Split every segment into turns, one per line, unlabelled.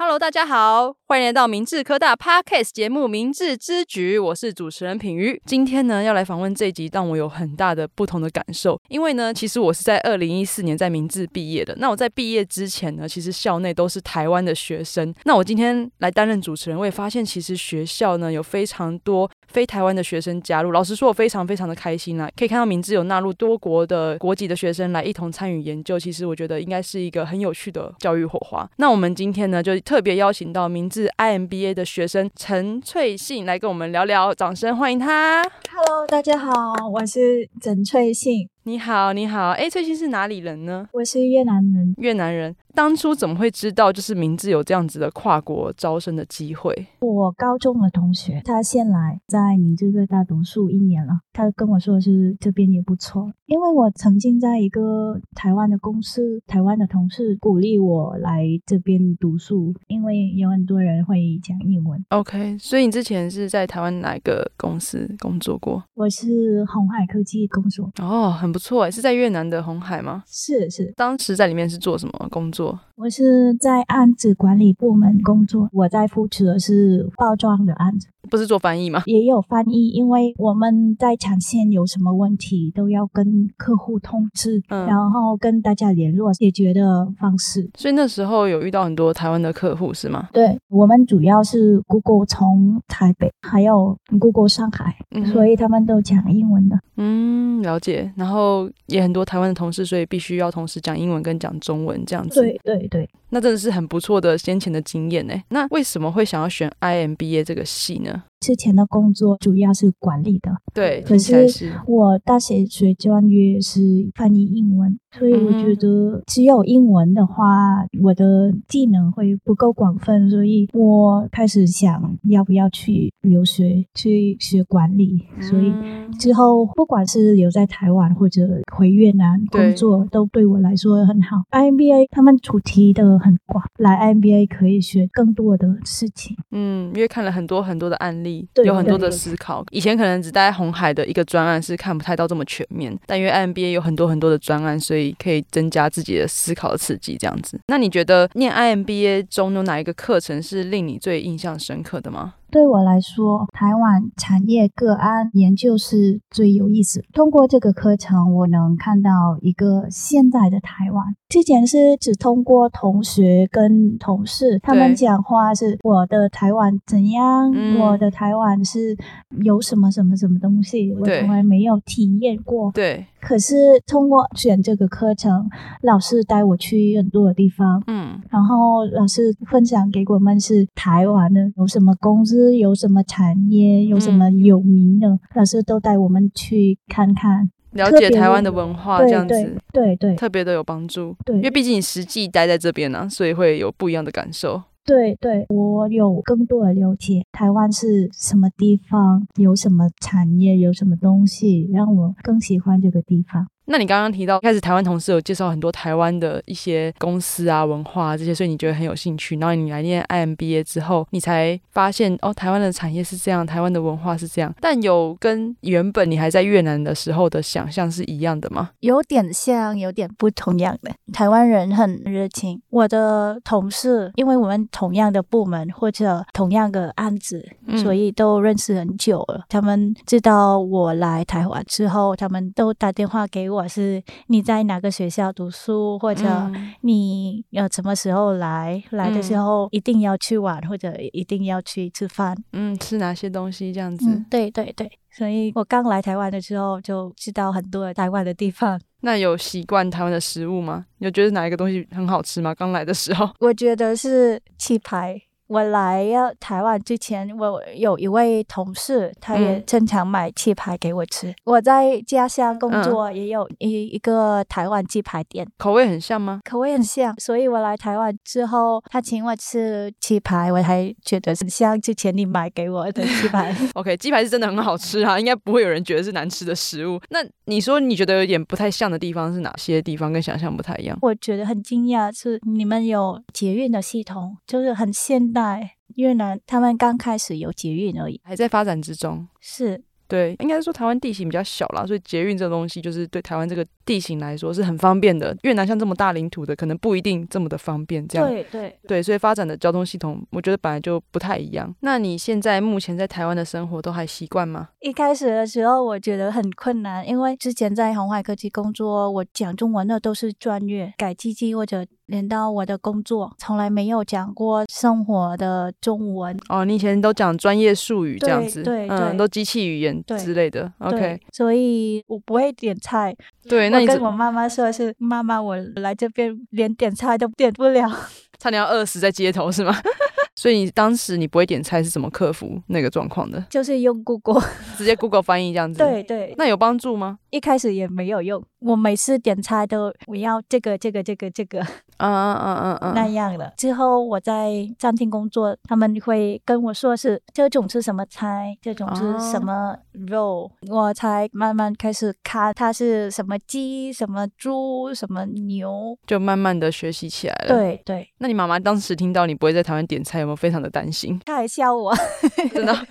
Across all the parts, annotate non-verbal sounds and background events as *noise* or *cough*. Hello，大家好，欢迎来到明治科大 Podcast 节目《明治之举》，我是主持人品瑜。今天呢，要来访问这一集，让我有很大的不同的感受，因为呢，其实我是在二零一四年在明治毕业的。那我在毕业之前呢，其实校内都是台湾的学生。那我今天来担任主持人，我也发现其实学校呢有非常多非台湾的学生加入。老实说，我非常非常的开心啊啦，可以看到明治有纳入多国的国籍的学生来一同参与研究。其实我觉得应该是一个很有趣的教育火花。那我们今天呢，就特别邀请到明治 IMBA 的学生陈翠信来跟我们聊聊，掌声欢迎他。
Hello，大家好，我是陈翠信，
你好，你好，哎，翠信是哪里人呢？
我是越南人。
越南人。当初怎么会知道就是明治有这样子的跨国招生的机会？
我高中的同学，他先来在明治科大读书一年了，他跟我说是这边也不错，因为我曾经在一个台湾的公司，台湾的同事鼓励我来这边读书，因为有很多人会讲英文。
OK，所以你之前是在台湾哪一个公司工作过？
我是红海科技公所，
哦，很不错哎，是在越南的红海吗？
是是，
当时在里面是做什么工作？
我是在案子管理部门工作，我在负责的是包装的案子。
不是做翻译吗？
也有翻译，因为我们在产线有什么问题都要跟客户通知，
嗯
然后跟大家联络解决的方式。
所以那时候有遇到很多台湾的客户是吗？
对我们主要是 Google 从台北，还有 Google 上海，
嗯
所以他们都讲英文的。
嗯，了解。然后也很多台湾的同事，所以必须要同时讲英文跟讲中文这样子。，
对对对，
那真的是很不错的先前的经验哎。那为什么会想要选 IMBA 这个系呢？
之前的工作主要是管理的，
对，
可
听起来
是
是
我大学学专业是翻译英文，所以我觉得只有英文的话，我的技能会不够广泛，所以我开始想要不要去留学，去学管理。所以
嗯
之后不管是留在台湾或者回越南
对
工作，都对我来说很好。IMBA 他们主题的很广，来 IMBA 可以学更多的事情。
嗯，因为看了很多很多的案例，
对
有很多的
对
思考。以前可能只待红海的一个专案是看不太到这么全面，但因为 IMBA 有很多很多的专案，所以可以增加自己的思考的刺激。这样子，那你觉得念 IMBA 中有哪一个课程是令你最印象深刻的吗？
对我来说，台湾产业个案研究是最有意思。通过这个课程，我能看到一个现代的台湾。之前是只通过同学跟同事他
对
们讲话，是我的台湾怎样，
嗯
我的台湾是有什么什么什么东西，我
对
从来没有体验过。
对，
可是通过选这个课程，老师带我去很多的地方，
嗯，
然后老师分享给我们是台湾的有什么公司、有什么产业、有什
嗯
么有名的，老师都带我们去看看。
了
特
解
别
台
有
湾的文化这
对
样
对
子，
对对
特别的有帮助。因为
对
毕竟你实际待在这边呢、啊所以会有不一样的感受。
对对，我有更多的了解台湾是什么地方，有什么产业，有什么东西，让我更喜欢这个地方。
那你刚刚提到，开始台湾同事有介绍很多台湾的一些公司啊、文化啊这些，所以你觉得很有兴趣。然后你来念 IMBA 之后，你才发现哦，台湾的产业是这样，台湾的文化是这样。但有跟原本你还在越南的时候的想象是一样的吗？
有点像，有点不同样的。台湾人很热情，我的同事，因为我们同样的部门或者同样的案子，
嗯
所以都认识很久了。他们知道我来台湾之后，他们都打电话给我是，你在哪个学校读书，或者、
嗯
你呃什么时候来？来的时
嗯
候一定要去玩，或者一定要去吃饭。
嗯，吃哪些东西这样子？
嗯，对对对。所以我刚来台湾的时候就知道很多台湾的地方，
那有习惯台湾的食物吗？有觉得哪一个东西很好吃吗？刚来的时候，
我觉得是气牌。我来要台湾之前，我有一位同事，他也
嗯
经常买鸡排给我吃。我在家乡工
嗯
作，也有一一个台湾鸡排店，
口味很像吗？
口味很像，所以我来台湾之后，他请我吃鸡排，我还觉得很像之前你买给我的鸡
*laughs*
排。
OK，鸡排是真的很好吃啊，应该不会有人觉得是难吃的食物。那你说你觉得有点不太像的地方是哪些地方？跟想象不太一样。
我觉得很惊讶，是你们有捷运的系统，就是很现代。越南他们刚开始有捷运而已，
还在发展之中。
是
对，应该说台湾地形比较小啦，所以捷运这个东西就是对台湾这个地形来说是很方便的。越南像这么大领土的，可能不一定这么的方便。这样
对对，
对，所以发展的交通系统，我觉得本来就不太一样。那你现在目前在台湾的生活都还习惯吗？
一开始的时候我觉得很困难，因为之前在红海科技工作，我讲中文的都是专业，改机器或者连到我的工作，从来没有讲过生活的中文。
哦，你以前都讲专业术语这样
对
子，
对
嗯，
对
都机器语言
对
之类的。OK，
对，所以我不会点菜。
对，那
我
你
跟
怎
我妈妈说是妈妈，我来这边连点菜都点不了。 *laughs*
差点要饿死在街头是吗？ *laughs* 所以你当时你不会点菜是怎么克服那个状况的？
就是用 Google，
直
*laughs*
接 Google 翻译这样子。，
对对，
那有帮助吗？
一开始也没有用。我每次点菜都我要这个这个这个这个
嗯嗯嗯嗯
那
嗯，
样的。之后我在餐厅工作，他们会跟我说是这种是什么菜，这种是
哦
什么肉，我才慢慢开始看它是什么鸡、什么猪、什么牛。
就慢慢的学习起来了。，
对对，？
那你妈妈当时听到你不会在台湾点菜，有没有非常的担心 *laughs*
他还笑我。 *laughs*
真的。 *laughs*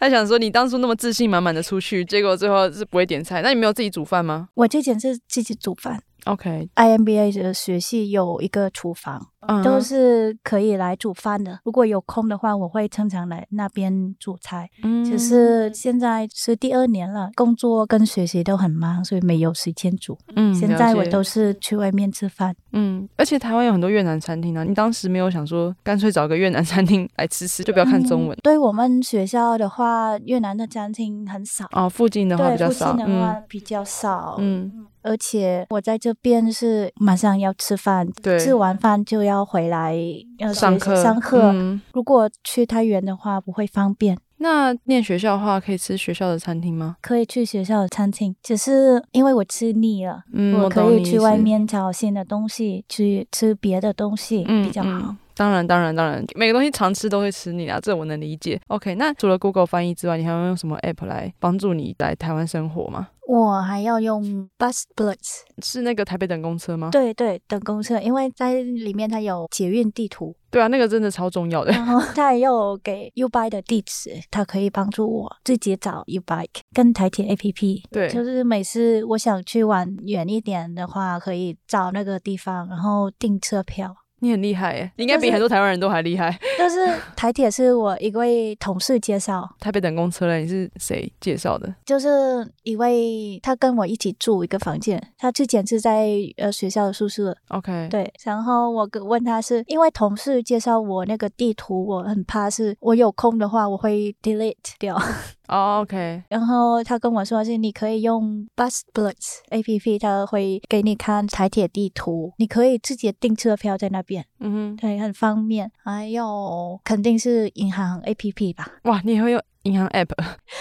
她想说，你当初那么自信满满的出去，结果最后是不会点菜。那你没有自己煮饭吗
我之前是自己煮饭。
？OK，
IMBA 的学系有一个厨房，
嗯，
都是可以来煮饭的。如果有空的话，我会经常来那边煮菜。
嗯，
只是现在是第二年了，工作跟学习都很忙，所以没有时间煮。
嗯，
现在
了
我
解
都是去外面吃饭。
嗯，而且台湾有很多越南餐厅啊。你当时没有想说，干脆找个越南餐厅来吃吃，就不要看中文
嗯。对我们学校的话，越南的餐厅很少。
哦，附近的话
对，
比较
附
少
近，的话比较少，
嗯嗯，
而且我在这边是马上要吃饭，
对
吃完饭就要回来要学
上
习
课
上课，
嗯
如果去太远的话不会方便。
那念学校的话，可以吃学校的餐厅吗？
可以去学校的餐厅，只是因为我吃腻了，
嗯，
我可
懂
以
你
去
意
外
思，
面找新的东西，去吃别的东西
嗯，
比较好
嗯。当然，当然，当然，每个东西常吃都会吃腻啊，这我能理解。OK，那除了 Google 翻译之外，你还要用什么 App 来帮助你来台湾生活吗？
我还要用 Bus Blitz，
是那个台北等公车吗？
对对，等公车，因为在里面它有捷运地图，
对啊，那个真的超重要的。
然后它也有给 U Bike 的地址，它可以帮助我自己找 U Bike 跟台铁 A P P。
对
就是每次我想去玩远一点的话，可以找那个地方，然后订车票。
你很厉害耶，你应该
就是
比很多台湾人都还厉害。
但是台铁是我一位同事介绍，
台北等公车嘞，你是谁介绍的？
就是一位他跟我一起住一个房间，他之前是在呃学校的宿舍，
OK，，
对。然后我跟问他是因为同事介绍我那个地图，我很怕是我有空的话我会 delete 掉。 *laughs*
哦、o k
然后他跟我说是你可以用 Bus Blitz A P P，他会给你看台铁地图，你可以自己订车票在那边，
嗯哼，
对，很方便。还有肯定是银行 A P P 吧。
哇，你也会用银行 App，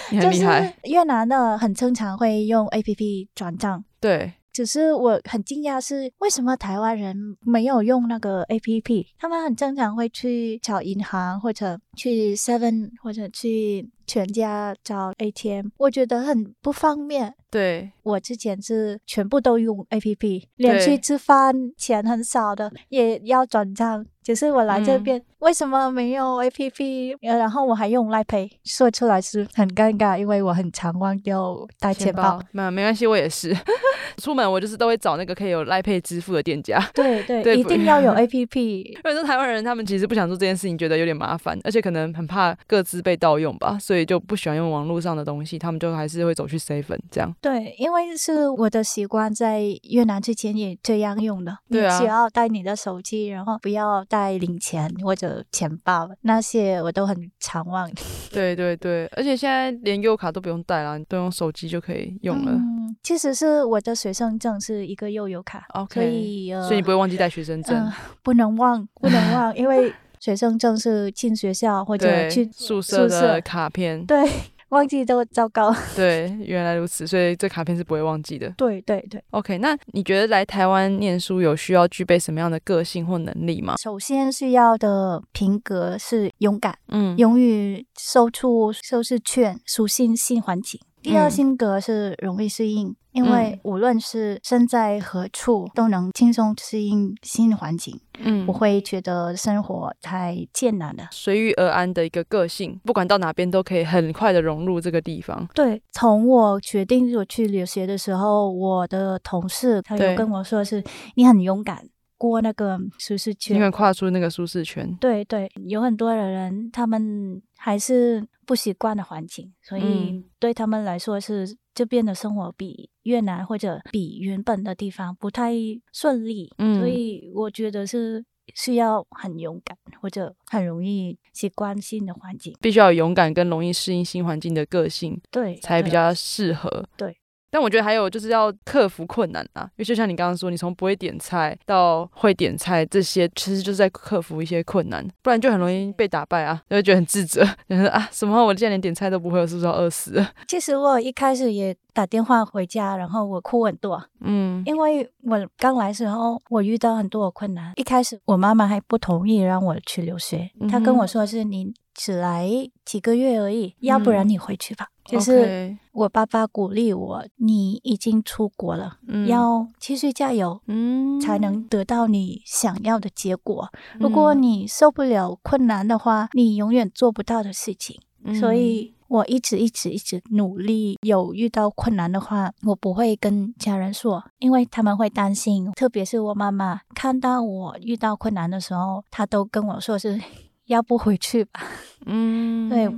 你 *laughs* 很
就
厉
是
害。
越南的很正常会用 A P P 转账，
对，
只是我很惊讶是为什么台湾人没有用那个 A P P，他们很正常会去找银行或者去 Seven 或者去全家找 A T M，我觉得很不方便。
对，
我之前是全部都用 A P P，连去吃饭钱很少的也要转账。只是我来这边、为什么没有 A P P？然呃后我还用 Line Pay，说出来是很尴尬，因为我很常忘掉带钱包。
没没关系，我也是。 *laughs* 出门我就是都会找那个可以有赖配支付的店家。
对对，
对
一
不
定要有 A P P。
因为很多台湾人他们其实不想做这件事情，觉得有点麻烦，而且可能很怕各自被盗用吧，所以就不喜欢用网络上的东西，他们就还是会走去 seven 这样。
对，因为是我的习惯，在越南之前也这样用的。
对啊
你只要带你的手机，然后不要带零钱或者钱包，那些我都很常忘。
对对对，而且现在连优卡都不用带啦，都用手机就可以用了。
嗯，其实是我的学生证是一个悠游卡
OK，
所以呃，
所以你不会忘记带学生证
嗯，不能忘，
*laughs*
不能忘，因为学生证是进学校或者
对
去
宿
舍
舍的卡片。 *laughs*
对，忘记都糟糕。 *laughs*
对，原来如此，所以这卡片是不会忘记的。
对对对，
OK，那你觉得来台湾念书有需要具备什么样的个性或能力吗？
首先需要的品格是勇敢，
嗯，
勇于收出收拾券，属性性环境。第二
嗯
性格是容易适应，因为无论是身在何处，都能轻松适应新环境，
嗯
不会觉得生活太艰难了。
随遇而安的一个个性，不管到哪边都可以很快的融入这个地方。
对，从我决定我去留学的时候，我的同事他
对
有跟我说是，你很勇敢过那个舒适
永远
圈。
跨出那个舒适圈，
对对，有很多的人他们还是不习惯的环境，所以
嗯
对他们来说是这边的生活比越南或者比原本的地方不太顺利。
嗯
所以我觉得是需要很勇敢或者很容易习惯新的环境。
必须要有勇敢跟容易适应新环境的个性
对，
才比
对
较适合。
对。
但我觉得还有就是要克服困难啊，因为就像你刚刚说，你从不会点菜到会点菜，这些其实就是在克服一些困难，不然就很容易被打败啊，就会觉得很自责， *laughs* 就是啊，什么我竟然连点菜都不会，我是不是要饿死了？
其实我一开始也打电话回家，然后我哭很多，
嗯，
因为我刚来时候我遇到很多的困难。一开始我妈妈还不同意让我去留学，她
嗯
跟
哼
我说是你只来几个月而已，要不然你回去吧。就
嗯
是
OK，
我爸爸鼓励我，你已经出国了，
嗯
要继续加油。
嗯
才能得到你想要的结果。如果
嗯
你受不了困难的话，你永远做不到的事情。
嗯
所以我一直一直一直努力。有遇到困难的话，我不会跟家人说，因为他们会担心。特别是我妈妈看到我遇到困难的时候，她都跟我说是要不回去吧。
嗯，
对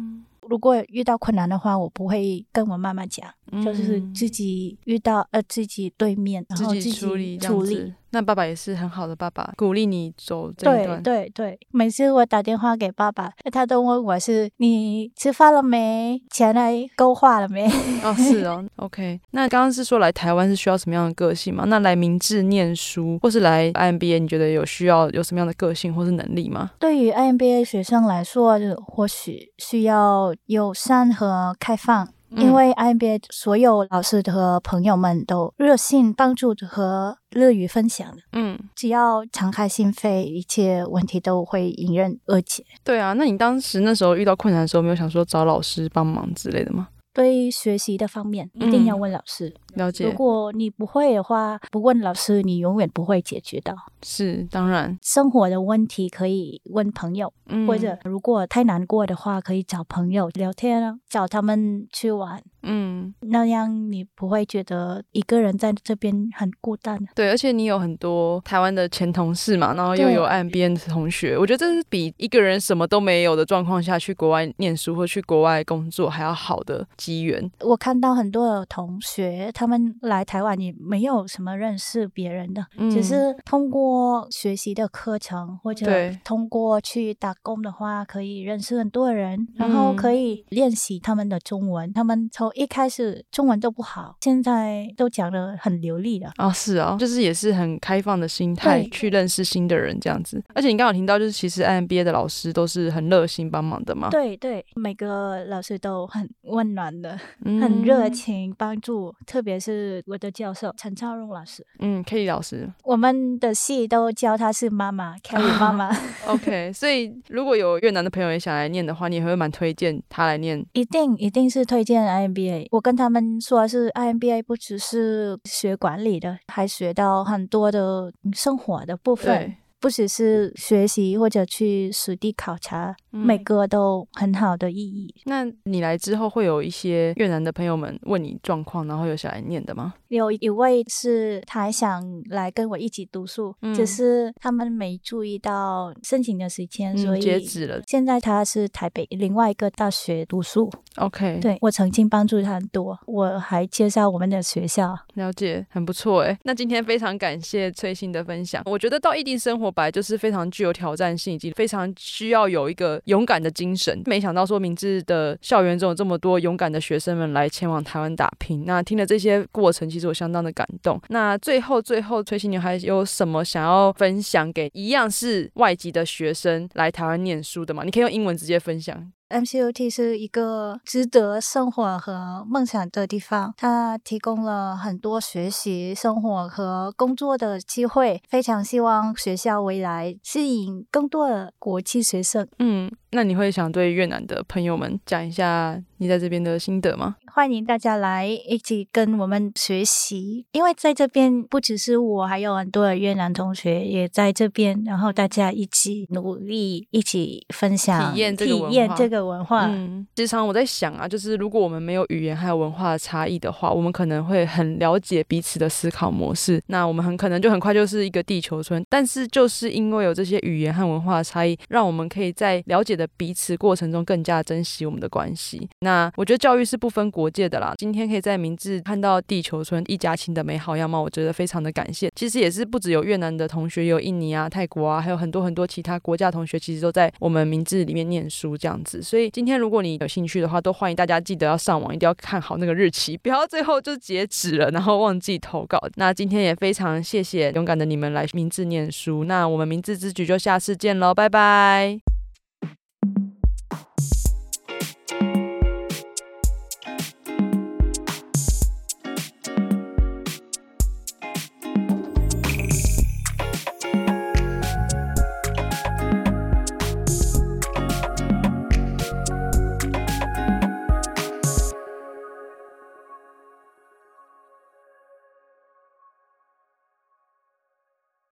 如果遇到困难的话，我不会跟我妈妈讲，就是
嗯
自己遇到呃自己对面，然
自
后
己
己
处理这样
处理
子。。那爸爸也是很好的爸爸，鼓励你走这一
对
段。
对对，每次我打电话给爸爸，他都问我是你吃饭了没，钱来够花了没？
哦，是哦，OK。那刚刚是说来台湾是需要什么样的个性嘛？那来明治念书或是来 IMBA，你觉得有需要有什么样的个性或是能力吗？
对于 IMBA 学生来说，或许需要友善和开放，因为 IMBA 所有老师和朋友们都热心帮助和乐于分享的。
嗯，
只要敞开心扉，一切问题都会迎刃而解。
对啊。那你当时那时候遇到困难的时候，没有想说找老师帮忙之类的吗？
对于学习的方面，一定要问老师。
了
如
解，
果你不会的话，不问老师，你永远不会解决到。
是当然，
生活的问题可以问朋友，
嗯，
或者如果太难过的话，可以找朋友聊天啊，找他们去玩。
嗯，
那样你不会觉得一个人在这边很孤单。
对，而且你有很多台湾的前同事嘛，然后又
对
有岸边的同学，我觉得这是比一个人什么都没有的状况下去国外念书或去国外工作还要好的机缘。
我看到很多的同学，他们来台湾也没有什么认识别人的，
嗯
只是通过学习的课程或者
对
通过去打工的话，可以认识很多人，然后
嗯
可以练习他们的中文。他们从一开始中文都不好，现在都讲得很流利了。
啊，是啊，就是也是很开放的心态
对
去认识新的人这样子。而且你刚好听到，就是其实 IMBA 的老师都是很热心帮忙的嘛，
对对，每个老师都很温暖的。
嗯
很热。情帮助，特别是我的教授陈超荣老师，
嗯，K 老师
我们的系都叫她是妈妈，Carrie 妈妈，
*laughs*
*laughs*
，OK。所以如果有越南的朋友也想来念的话，你也会蛮推荐他来念。
一定一定是推荐 IMBA。我跟他们说是 IMBA 不只是学管理的，还学到很多的嗯生活的部分
对。，
不只是学习或者去实地考察，
嗯
每个都很好的意义。
那你来之后会有一些越南的朋友们问你状况，然后有想来念的吗？
有一位是他还想来跟我一起读书，
嗯
只是他们没注意到申请的时间，所以
嗯截止了。
现在他是台北另外一个大学读书，
OK，
对我曾经帮助他很多，我还介绍我们的学校。
了解，很不错诶。那今天非常感谢崔欣的分享。我觉得到异地生活本来就是非常具有挑战性，以及非常需要有一个勇敢的精神。没想到说明治的校园中有这么多勇敢的学生们来前往台湾打拼。那听了这些过程，其实我相当的感动。那最后最后，崔欣你还有什么想要分享给一样是外籍的学生来台湾念书的吗？你可以用英文直接分享。
MCUT 是一个值得生活和梦想的地方，它提供了很多学习、生活和工作的机会。非常希望学校未来吸引更多的国际学生。
嗯，那你会想对越南的朋友们讲一下你在这边的心得吗？
欢迎大家来一起跟我们学习，因为在这边不只是我，还有很多的越南同学也在这边，然后大家一起努力，一起分享
体验这个文化
体验这个文化。
嗯，时常我在想啊，就是如果我们没有语言还有文化的差异的话，我们可能会很了解彼此的思考模式，那我们很可能就很快就是一个地球村。但是就是因为有这些语言和文化的差异，让我们可以在了解的彼此过程中更加珍惜我们的关系。那我觉得教育是不分国界的啦。今天可以在明治看到地球村一家亲的美好样貌，我觉得非常的感谢。其实也是不只有越南的同学，也有印尼啊、泰国啊，还有很多很多其他国家的同学，其实都在我们明治里面念书这样子。所以今天如果你有兴趣的话，都欢迎大家记得要上网，一定要看好那个日期，不要最后就截止了，然后忘记投稿。那今天也非常谢谢勇敢的你们来明治念书。那我们明治之举就下次见喽，拜拜。